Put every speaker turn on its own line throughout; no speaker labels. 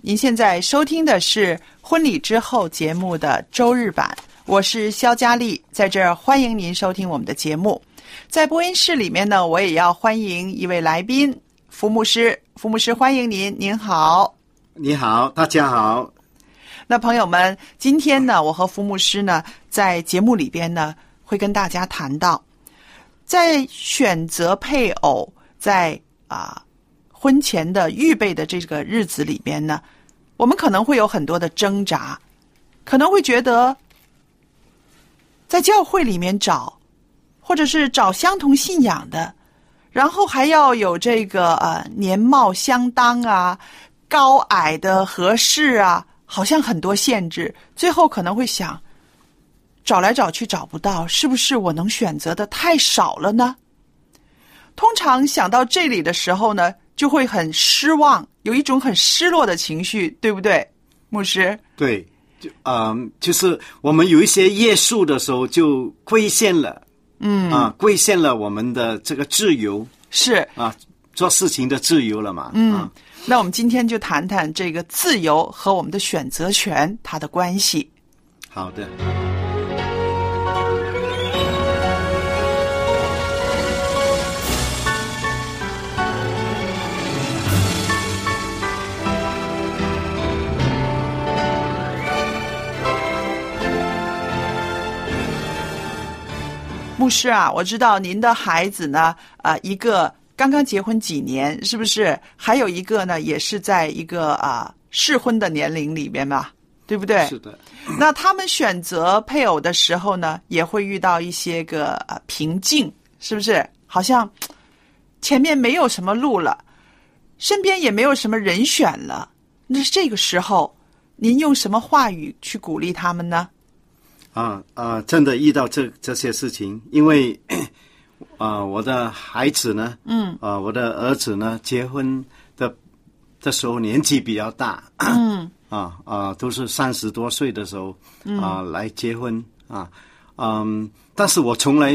您现在收听的是《婚礼之后》节目的周日版，我是肖佳丽，在这儿欢迎您收听我们的节目。在播音室里面呢，我也要欢迎一位来宾，福牧师。福牧师，欢迎您，您好。
你好，大家好。
那朋友们，今天呢，我和福牧师呢，在节目里边呢，会跟大家谈到，在选择配偶，在啊、婚前的预备的这个日子里边呢，我们可能会有很多的挣扎，可能会觉得，在教会里面找，或者是找相同信仰的，然后还要有这个呃年貌相当啊、高矮的合适啊，好像很多限制。最后可能会想，找来找去找不到，是不是我能选择的太少了呢？通常想到这里的时候呢，就会很失望，有一种很失落的情绪，对不对，牧师？
对，就嗯、就是我们有一些约束的时候，就规限了，嗯啊，规限了我们的这个自由
是，
啊，做事情的自由了嘛。嗯，啊、
那我们今天就谈谈这个自由和我们的选择权它的关系。
好的。
牧师啊，我知道您的孩子呢，啊，一个刚刚结婚几年，是不是？还有一个呢，也是在一个啊、适婚的年龄里面吧，对不对？
是的，
那他们选择配偶的时候呢，也会遇到一些个呃瓶颈，是不是？好像嘖前面没有什么路了，身边也没有什么人选了。那这个时候，您用什么话语去鼓励他们呢？
啊啊，真的遇到这这些事情，因为 啊、我的孩子呢，嗯，啊、我的儿子呢，结婚的的时候年纪比较大，嗯，啊啊，都是三十多岁的时候
嗯
啊、来结婚啊，嗯，但是我从来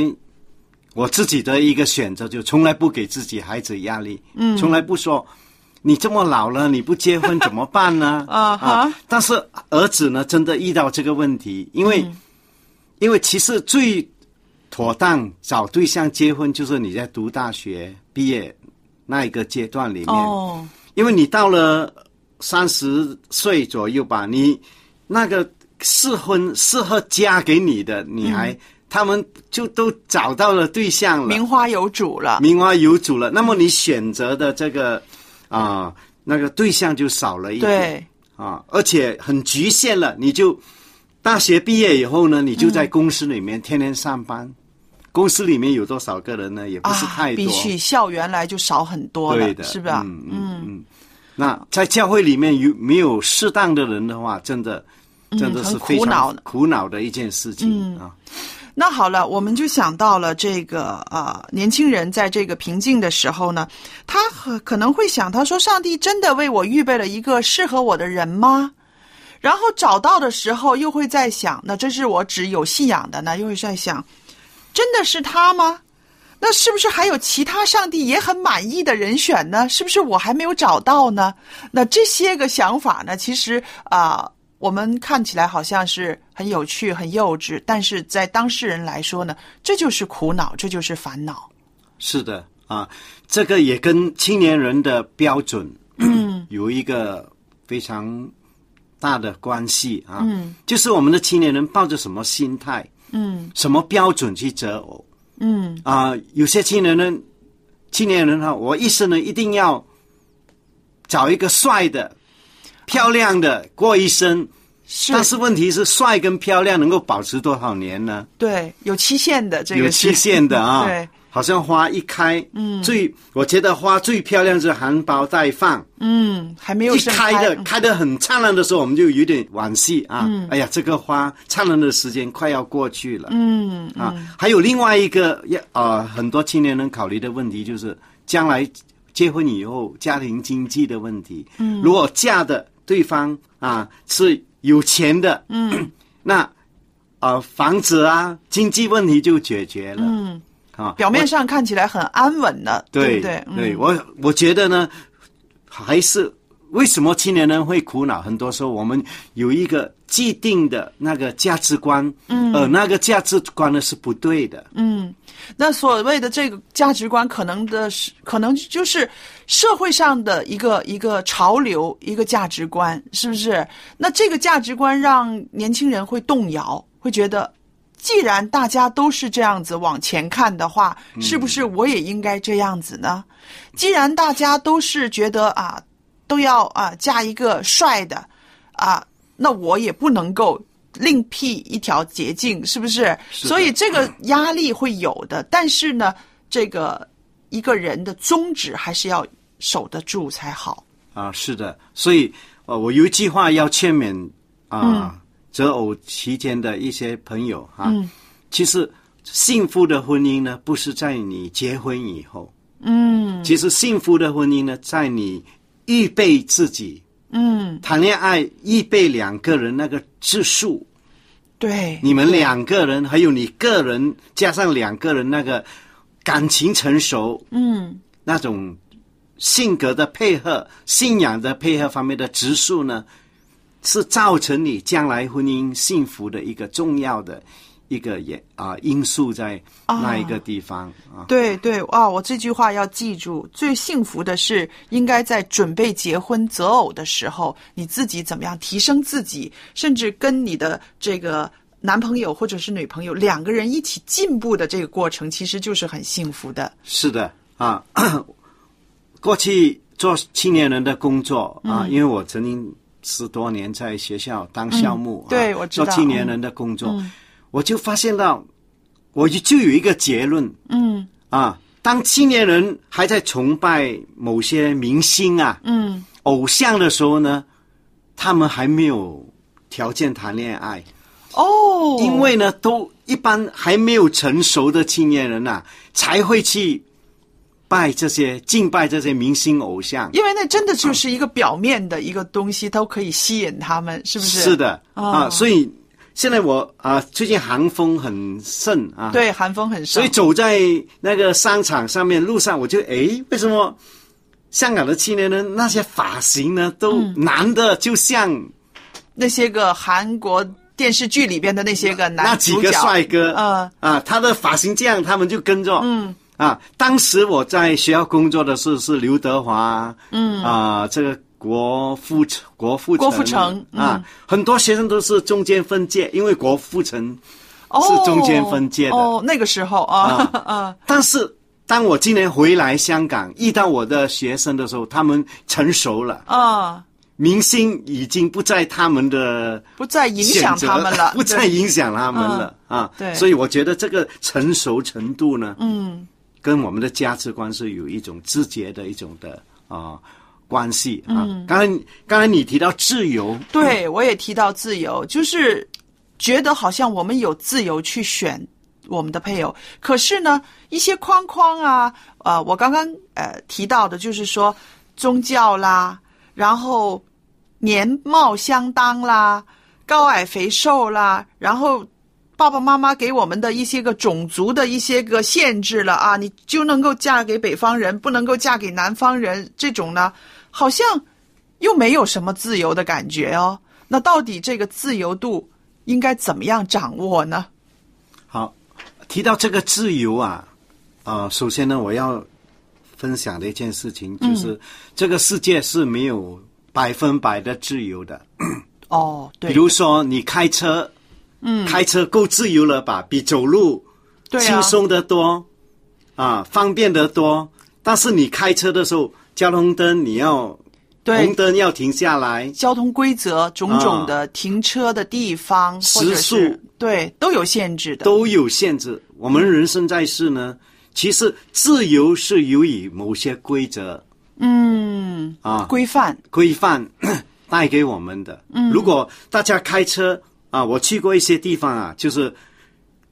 我自己的一个选择，就从来不给自己孩子压力，嗯，从来不说。你这么老了，你不结婚怎么办呢？
啊哈！
但是儿子呢，真的遇到这个问题，因
嗯
为、因为其实最妥当找对象结婚，就是你在读大学毕业那一个阶段里面，
哦，
因为你到了三十岁左右吧，你那个适婚适合嫁给你的女孩，她们就都找到了对象了，
嗯名花有主了。
名花有主了。那么你选择的这个啊、那个对象就少了一点。
对，
啊，而且很局限了。你就大学毕业以后呢，你就在
嗯
公司里面天天上班，公司里面有多少个人呢？也不是太
啊、
多，
比起校园来就少很多了，
对的，
是吧？
嗯嗯嗯。那在教会里面有没有适当的人的话，真的，真的
嗯
是
很苦
非常
恼的嗯
苦恼的一件事情、啊。
那好了，我们就想到了这个呃，年轻人在这个平静的时候呢，他很可能会想，他说：“上帝真的为我预备了一个适合我的人吗？”然后找到的时候，又会在想，那这是我指有信仰的呢，又会在想，真的是他吗？那是不是还有其他上帝也很满意的人选呢？是不是我还没有找到呢？那这些个想法呢，其实啊、我们看起来好像是很有趣、很幼稚，但是在当事人来说呢，这就是苦恼，这就是烦恼。
是的啊，这个也跟青年人的标准 有一个非常大的关系啊。嗯，就是我们的青年人抱着什么心态，嗯，什么标准去择偶，嗯啊，有些青年人，青年人哈、我一生呢一定要找一个帅的、漂亮的过一生。
是
但是问题是，帅跟漂亮能够保持多少年呢？
对，有期限的，这个是
有期限的啊。
对，
好像花一开，嗯，最我觉得花最漂亮是含苞待放，
嗯，还没有
一
盛
开的
嗯
开的很灿烂的时候，我们就有点惋惜啊。哎呀，这个花灿烂的时间快要过去了。嗯啊，还有另外一个要啊、很多青年人考虑的问题就是将来结婚以后家庭经济的问题。嗯，如果嫁的对方啊是有钱的，嗯， 那啊、房子啊经济问题就解决了。嗯啊，
表面上看起来很安稳的，对
对
不对？嗯
我我觉得呢，还是为什么青年人会苦恼？很多时候我们有一个既定的那个价值观，嗯，而那个价值观呢是不对的，嗯，
那所谓的这个价值观，可能的是，可能就是社会上的一个一个潮流，一个价值观，是不是？那这个价值观让年轻人会动摇，会觉得，既然大家都是这样子往前看的话，是不是我也应该这样子呢？既然大家都是觉得啊，都要啊嫁一个帅的，啊，那我也不能够另辟一条捷径，是不是？
是的
所以这个压力会有的，但是呢，这个一个人的宗旨还是要守得住才好。
啊，是的，所以呃，我有一句话要劝勉啊，择偶期间的一些朋友啊，其实幸福的婚姻呢，不是在你结婚以后，嗯，其实幸福的婚姻呢，在你预备自己，嗯，谈恋爱预备两个人那个次数，
对，
你们两个人还有你个人加上两个人那个感情成熟，嗯，那种性格的配合、信仰的配合方面的植树呢，是造成你将来婚姻幸福的一个重要的一个也啊、因素在那一个地方啊。
对对啊，我这句话要记住。最幸福的是，应该在准备结婚择偶的时候，你自己怎么样提升自己，甚至跟你的这个男朋友或者是女朋友两个人一起进步的这个过程，其实就是很幸福的。
是的啊， 过去做青年人的工作啊，
嗯
因为我曾经十多年在学校当校牧，啊
嗯对我知道嗯
做青年人的工作，我就发现到，我就就有一个结论，嗯，啊，当青年人还在崇拜某些明星啊，嗯，偶像的时候呢，他们还没有条件谈恋爱，
哦，
因为呢，都一般还没有成熟的青年人呐、啊才会去拜这些敬拜这些明星偶像。
因为那真的就是一个表面的一个东西，都可以吸引他们，是不是？哦
是，的、啊，所以现在我啊，最近韩风很盛啊，，
对，韩风很盛
所以。走在那个商场上面路上，我就诶，为什么香港的青年人那些发型呢，都
嗯
男的就像
那些个韩国电视剧里边的那些个
那
男
几
主
个
角，
帅哥，
嗯
啊，他的发型这样，他们就跟着，嗯啊，当时我在学校工作的是是刘德华，嗯啊，这个国富城国富
郭富城嗯
啊，很多学生都是中间分界，因为国富城
哦，
是中间分界的
哦，那个时候啊，嗯，
但是当我今年回来香港遇到我的学生的时候，他们成熟了，
啊，
明星已经不在他们的
不再影响他们
选
了
择， 不再
对嗯
影响他们了、啊。
对
所以我觉得这个成熟程度呢，嗯，跟我们的价值观是有一种直接的一种的啊、关系啊。
嗯
刚才你刚才你提到自由，
对，我也提到自由，就是觉得好像我们有自由去选我们的配偶。可是呢，一些框框啊，呃，我刚刚呃提到的，就是说宗教啦，然后年貌相当啦，高矮肥瘦啦，然后爸爸妈妈给我们的一些个种族的一些个限制了啊，你就能够嫁给北方人，不能够嫁给南方人，这种呢，好像又没有什么自由的感觉哦。那到底这个自由度应该怎么样掌握呢？
好，提到这个自由啊，啊、首先呢，我要分享的一件事情
嗯
就是，这个世界是没有百分百的自由的。
哦，对，
比如说，你开车，嗯，开车够自由了吧？比走路
对啊
轻松得多，啊，方便得多。但是你开车的时候，交通灯你要
对
红灯要停下来，
交通规则、种种的停车的地方，或者
时
是
速
对都有限制的。
啊都有限制。我们人生在世呢，其实自由是由于某些规则
嗯，
啊
规范
规范 带给我们的。
嗯
如果大家开车啊，我去过一些地方啊，就是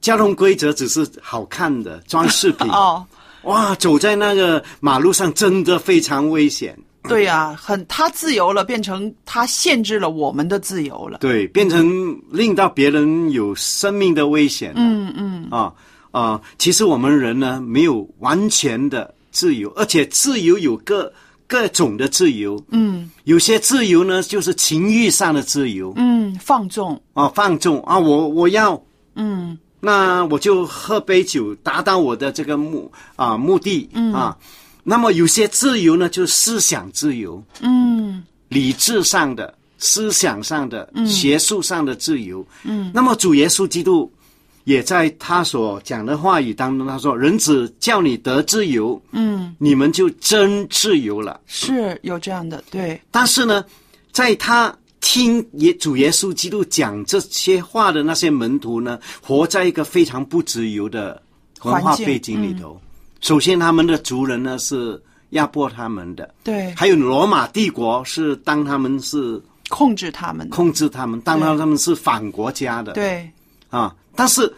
交通规则只是好看的装饰品
哦，
哇，走在那个马路上真的非常危险。
对呀、很他自由了，变成他限制了我们的自由了。
对，变成令到别人有生命的危险。嗯嗯。啊啊，其实我们人呢，没有完全的自由，而且自由有各各种的自由。嗯。有些自由呢，就是情欲上的自由。
嗯，放纵
啊，放纵啊，我我要。嗯。那我就喝杯酒，达到我的这个目啊目的。嗯。啊，那么有些自由呢，就是思想自由。嗯。理智上的。思想上的、学术上的自由。嗯，那么主耶稣基督也在他所讲的话语当中，他说：“人子叫你得自由，嗯，你们就真自由了。
是有这样的，对，”
但是呢，在他听耶主耶稣基督讲这些话的那些门徒呢，活在一个非常不自由的文化
环境
背景里
嗯
头。首先，他们的族人呢是压迫他们的，
对
还有罗马帝国是当他们是
控制他们。
控制他们，当然
对
他们是反国家的。
对，
啊，但是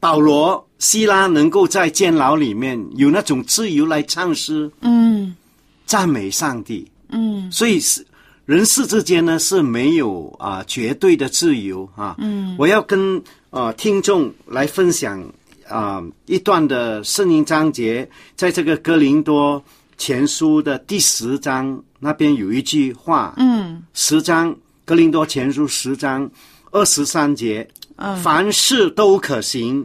保罗、希拉能够在监牢里面有那种自由来唱诗，嗯，赞美上帝，嗯，所以是人世之间呢是没有啊、绝对的自由啊。嗯，我要跟呃听众来分享啊、一段的圣经章节，在这个哥林多前书的第十章那边有一句话，嗯，十章哥林多前书十章二十三节，嗯，凡事都可行，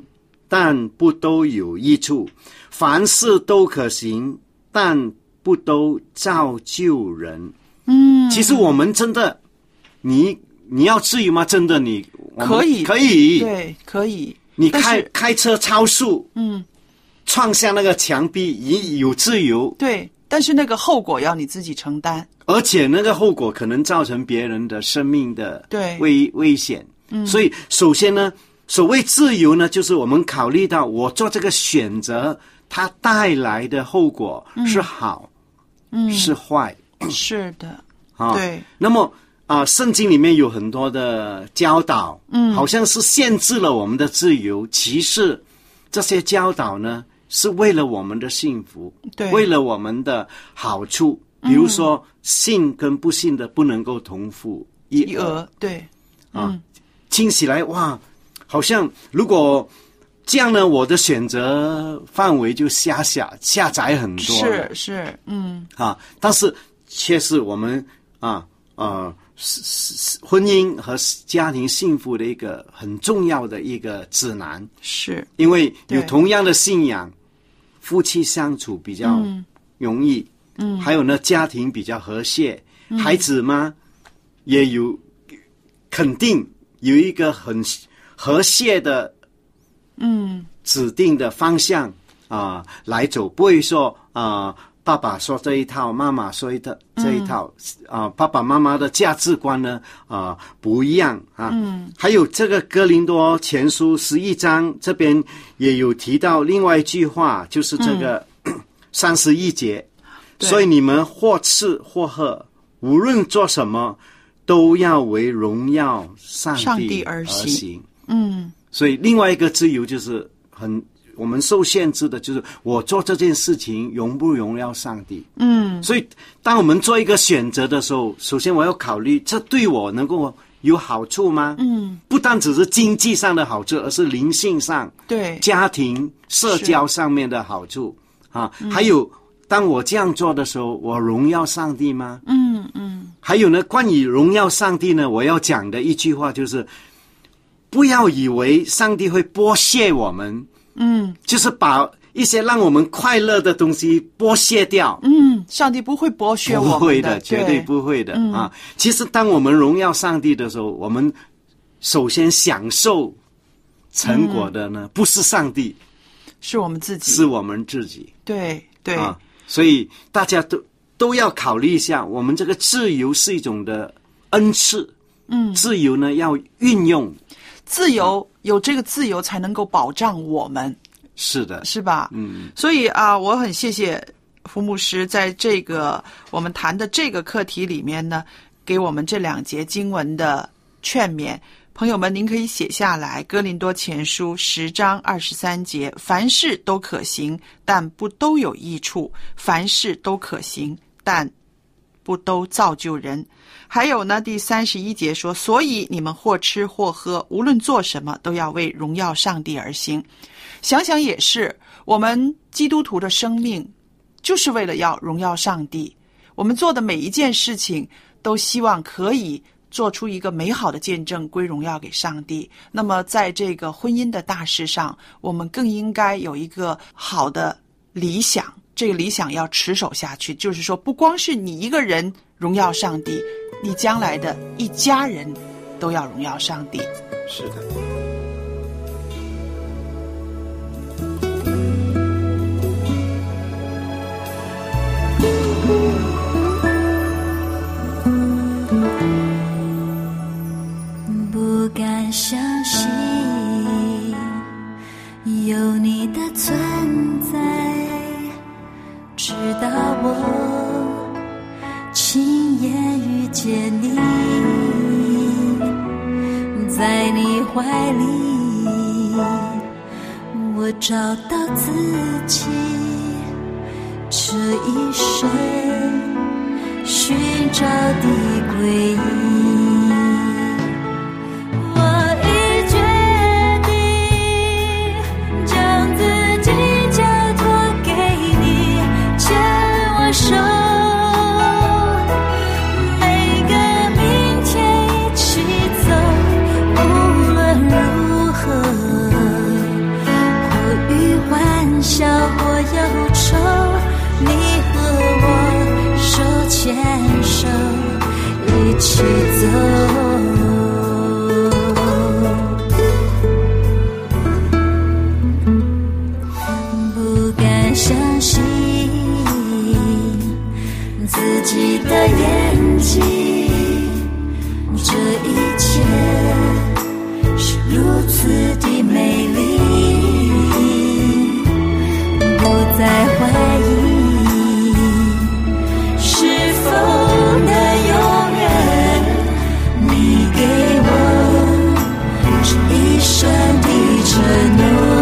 但不都有益处；凡事都可行，但不都造就人。嗯，其实我们真的，你你要至于吗？真的你我们
可以
可以，
对，可以。
你
但
开
是
开车超速，嗯，撞向那个墙壁，已有自由，
对，但是那个后果要你自己承 担。
而且那个后果可能造成别人的生命的
对
危危险。嗯，所以首先呢，所谓自由呢，就是我们考虑到我做这个选择，它带来的后果是好，嗯，是坏
是的，
啊。
对，
那么啊、圣经里面有很多的教导，嗯，好像是限制了我们的自由，其实这些教导呢，是为了我们的幸福，
对
为了我们的好处。比如说，信跟不信的不能够同父一呃
一
额
额对，
啊，听起来哇，好像如果这样呢，我的选择范围就下下下窄很多了
是是，嗯，
啊，但是却是我们啊呃是是是婚姻和家庭幸福的一个很重要的一个指南，
是
因为有
对
同样的信仰，夫妻相处比较容易，嗯，还有呢家庭比较和谐，孩子嘛也有肯定有一个很和谐的指定的方向啊、来走，不会说啊、爸爸说这一套，妈妈说一套这一套啊、爸爸妈妈的价值观呢啊、不一样啊。嗯，还有这个哥林多前书十一章这边也有提到另外一句话，就是这个三十一节，
对
所以你们或吃或喝，无论做什么。都要为荣耀上
上
帝
帝而
行
行。嗯，
所以另外一个自由就是很我们受限制的就是我做这件事情荣不荣耀上帝。嗯，所以当我们做一个选择的时候，首先我要考虑这对我能够有好处吗？嗯，不单只是经济上的好处，而是灵性上、
对，
家庭、社交上面的好处啊。
嗯
还有，当我这样做的时候，我荣耀上帝吗？
嗯嗯，
还有呢，关于荣耀上帝呢，我要讲的一句话就是：不要以为上帝会剥削我们，
嗯
就是把一些让我们快乐的东西剥削掉。
嗯，上帝不会剥削我
不
们嗯
会的，绝对不会的、啊！其实，当我们荣耀上帝的时候，我们首先享受成果的
嗯
呢，不是上帝，
是我们自己，
是我们自己
对对、
啊！所以大家都都要考虑一下，我们这个自由是一种的恩赐，
嗯，
自由呢要运用，
自由有这个自由才能够保障我们，
是的，
是吧？
嗯，
所以啊，我很谢谢福牧师在这个我们谈的这个课题里面呢，给我们这两节经文的劝勉。朋友们，您可以写下来，《哥林多前书》十章二十三节：凡事都可行，但不都有益处；凡事都可行，但不都造就人。还有呢，第三十一节说：所以你们或吃或喝，无论做什么，都要为荣耀上帝而行。想想也是，我们基督徒的生命，就是为了要荣耀上帝。我们做的每一件事情，都希望可以做出一个美好的见证，归荣耀给上帝。那么，在这个婚姻的大事上，我们更应该有一个好的理想。这个理想要持守下去，就是说，不光是你一个人荣耀上帝，你将来的一家人都要荣耀上帝。
是的。
不敢相信有你的存在，直到我亲眼遇见你，在你怀里，我找到自己，这一生寻找的归依。我已决定将自己交托给你，牵我手，每个明天一起走。无论如何，或与欢笑或忧愁，你和我手牵手一起走。不敢相信自己的眼睛，这一切是如此的美丽，不再怀疑是否能永远。你给我这一生的承诺。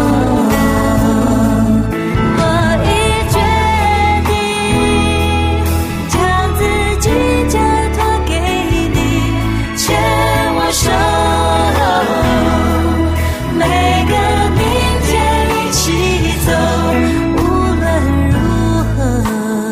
我已决定将自己交托给你，牵我手，每个明天一起走，无论如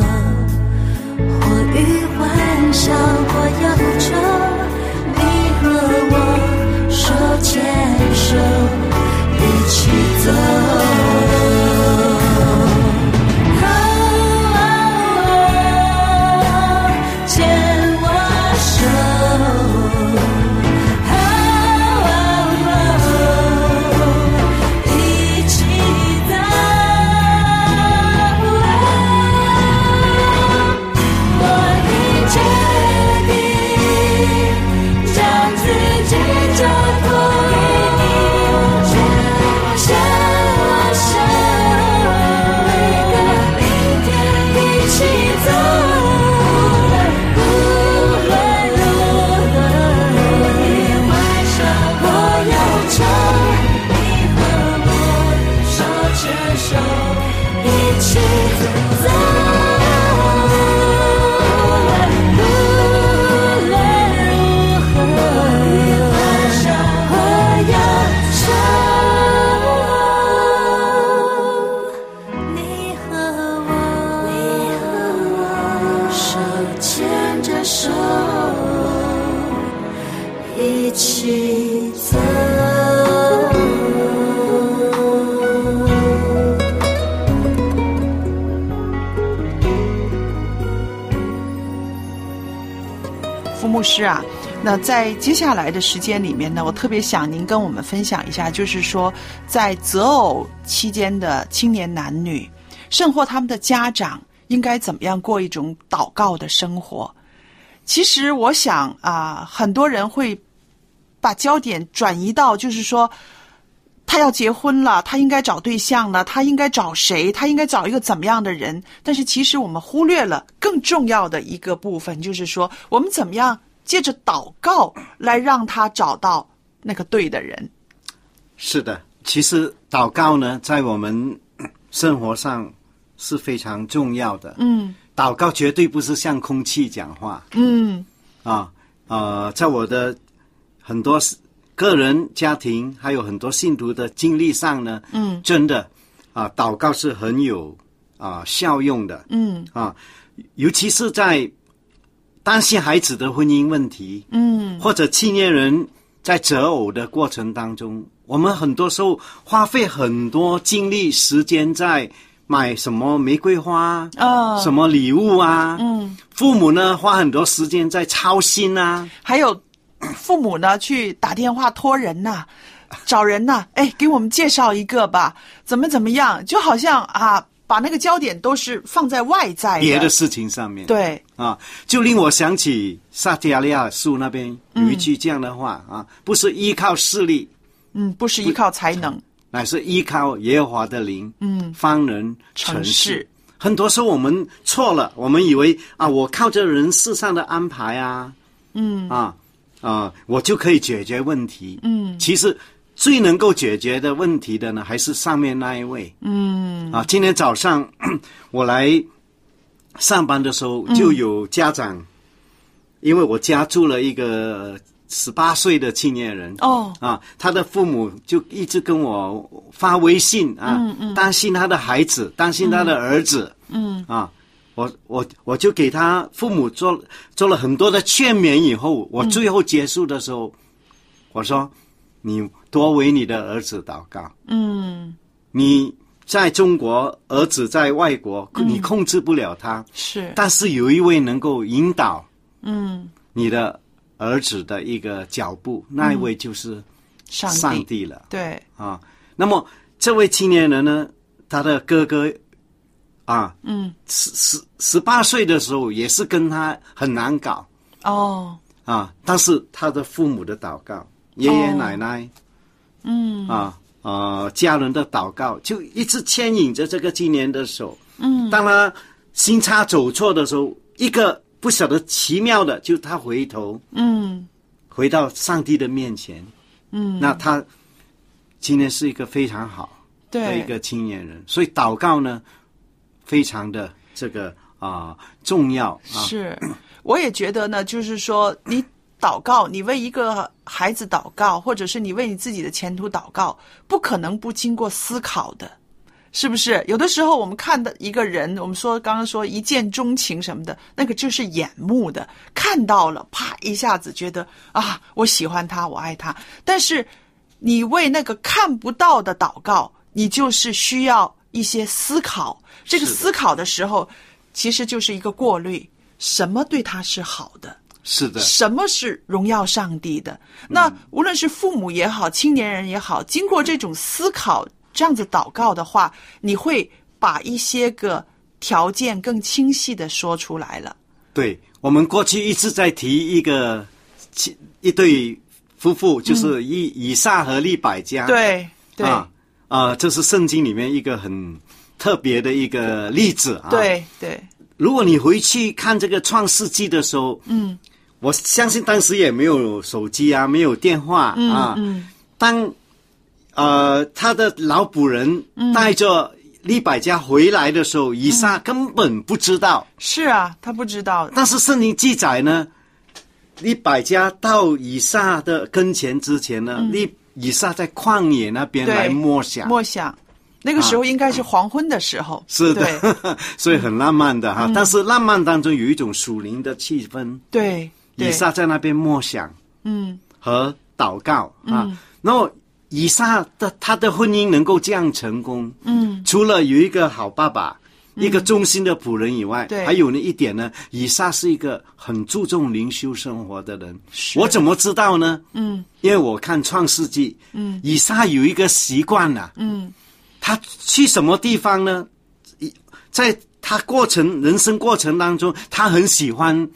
牵着手，一起走。
傅牧师啊，那在接下来的时间里面呢，我特别想您跟我们分享一下，就是说在择偶期间的青年男女，甚或他们的家长应该怎么样过一种祷告的生活。其实我想啊、很多人会把焦点转移到，就是说他要结婚了，他应该找对象了，他应该找谁，他应该找一个怎么样的人？但是其实我们忽略了更重要的一个部分，就是说我们怎么样借着祷告来让他找到那个对的人。
是的，其实祷告呢，在我们 咳生活上是非常重要的。嗯，祷告绝对不是向空气讲话。嗯，啊呃，在我的很多 s- 个人、家庭，还有很多信徒的经历上呢，嗯，真的啊、祷告是很有啊、效用的。嗯，啊，尤其是在担心孩子的婚姻问题，嗯，或者青年人在择偶的过程当中，我们很多时候花费很多精力、时间在买什么玫瑰花啊、什么礼物啊，嗯，父母呢花很多时间在操心啊，
还有父母呢去打电话托人呐、找人呐、哎，给我们介绍一个吧，怎么怎么样，就好像啊，把那个焦点都是放在外在的
别的事情上面，
对，
啊，就令我想起撒提亚利亚树那边有一句这样的话、啊，不是依靠势力，
嗯，不是依靠才能，
乃是依靠耶和华的灵，嗯，方能成
成
事
事。
很多时候我们错了，我们以为啊，我靠着人世上的安排啊，嗯，啊啊，我就可以解决问题。嗯，其实最能够解决的问题的呢，还是上面那一位。嗯，啊，今天早上 我来上班的时候，就有家长，因为我家住了一个十八岁的青年人。
哦
啊，他的父母就一直跟我发微信啊，担心他的孩子，担心他的儿子，嗯，啊，我我我就给他父母做做了很多的劝勉，以后我最后结束的时候，我说，你多为你的儿子祷告，嗯，你在中国，儿子在外国，你控制不了他，
是
但是有一位能够引导，嗯，你的儿子的一个脚步，那一位就是
上帝，
上帝了
对，
啊。那么这位青年人呢，他的哥哥啊，嗯，十十十八岁的时候也是跟他很难搞
哦，
啊，但是他的父母的祷告，爷爷奶奶，嗯，啊呃家人的祷告，就一直牵引着这个青年的手。嗯，当他行差走错的时候，一个不晓得奇妙的，就他回头，
嗯，
回到上帝的面前。嗯，那他今天是一个非常好的一
对，
个青年人，所以祷告呢，非常的这个啊、重要啊。
是，我也觉得呢，就是说你祷告，你为一个孩子祷告，或者是你为你自己的前途祷告，不可能不经过思考的。是不是？有的时候我们看到一个人，我们说刚刚说一见钟情什么的，那个就是眼目的，看到了，啪一下子觉得啊，我喜欢他，我爱他。但是你为那个看不到的祷告，你就是需要一些思考。这个
是的
思考的时候，其实就是一个过滤，什么对他是好的，
是的，
什么是荣耀上帝的？
嗯
那无论是父母也好，青年人也好，经过这种思考，这样子祷告的话，你会把一些个条件更清晰的说出来了。
对，我们过去一直在提一个其一对夫妇，就是以、以撒和利百加。
嗯对对、
啊啊、这是圣经里面一个很特别的一个例子啊。，
对对，
如果你回去看这个创世纪的时候，嗯，我相信当时也没有手机啊，没有电话啊。嗯，当呃他的老仆人
嗯
带着利百加回来的时候，以撒根本不知道。
是啊，他不知道，
但是圣经记载呢，利百加到以撒的跟前之前呢，利、以撒在旷野那边
对
来默想啊
默想，那个时候应该是黄昏的时候，
是
对
的，所以很浪漫的哈。但是浪漫当中有一种属灵的气氛，
对
以
对
撒在那边默想，嗯，和祷告啊。然后以撒的他的婚姻能够这样成功，嗯，除了有一个好爸爸。一个忠心的仆人以外，
对
还有呢一点呢，以撒是一个很注重灵修生活的人。
是
我怎么知道呢？嗯，因为我看《创世纪》，嗯，以撒有一个习惯呐、嗯，他去什么地方呢？在他过程人生过程当中，他很喜欢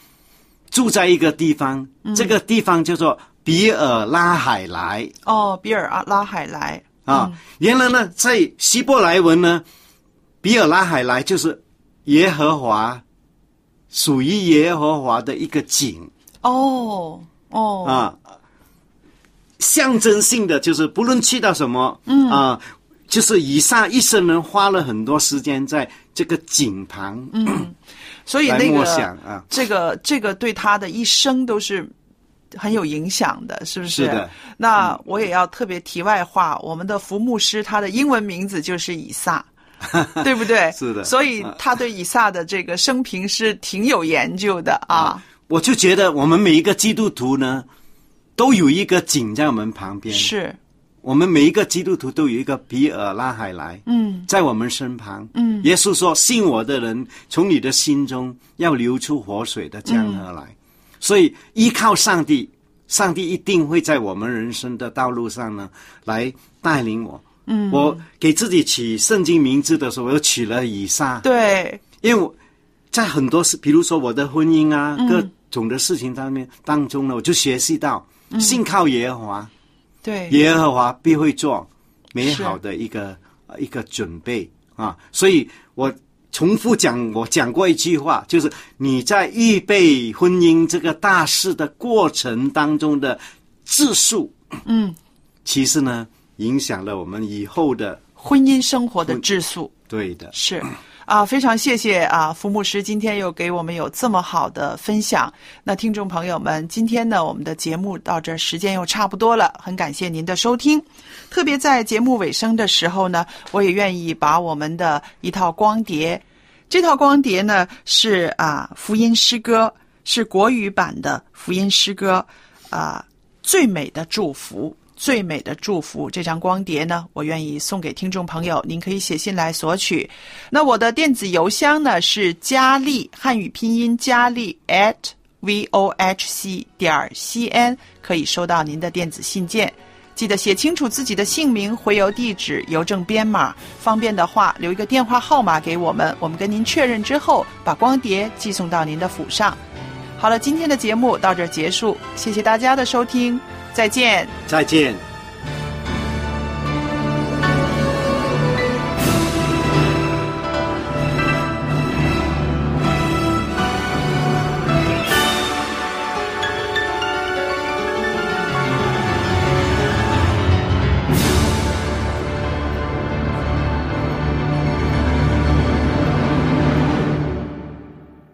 住在一个地方，
嗯
这个地方叫做比尔拉海莱
哦，比尔啊拉海莱，
啊。原来呢，在希伯来文呢，比尔拉海莱就是耶和华，属于耶和华的一个井
哦哦，
啊，象征性的就是不论去到什么，嗯啊。就是以上一生人花了很多时间在这个井旁，嗯，
所以
来
那
默
个
想啊
这个这个对他的一生都是很有影响的，是不是？
是的。
那我也要特别题外话，我们的福牧师他的英文名字就是以 撒。对不对？
是的
所以他对以撒的这个生平是挺有研究的啊。
我就觉得我们每一个基督徒呢，都有一个井在我们旁边。，
是，
我们每一个基督徒都有一个比尔拉海莱，嗯，在我们身旁，嗯。耶稣说：“信我的人，从你的心中要流出活水的江河来。所以依靠上帝，上帝一定会在我们人生的道路上呢，来带领我。嗯，我给自己取圣经名字的时候，我又取了以撒，
对，
因为我在很多事，比如说我的婚姻啊，各种的事情上面当中呢，我就学习到，信靠耶和华，
对，
耶和华必会做美好的一个呃一个准备啊。所以我重复讲，我讲过一句话，就是你在预备婚姻这个大事的过程当中的质数，嗯，其实呢，影响了我们以后的
婚姻生活的质素。
对的。
是啊，非常谢谢啊，福牧师今天又给我们有这么好的分享。那听众朋友们，今天呢，我们的节目到这儿时间又差不多了，很感谢您的收听。特别在节目尾声的时候呢，我也愿意把我们的一套光碟，这套光碟呢是啊福音诗歌，是国语版的福音诗歌，啊最美的祝福。最美的祝福这张光碟呢，我愿意送给听众朋友，您可以写信来索取。那我的电子邮箱呢是佳丽汉语拼音佳丽 at v o h c 点 c n，可以收到您的电子信件。记得写清楚自己的姓名、回邮地址、邮政编码，方便的话留一个电话号码给我们，我们跟您确认之后，把光碟寄送到您的府上。好了，今天的节目到这儿结束，谢谢大家的收听，再见。
再见。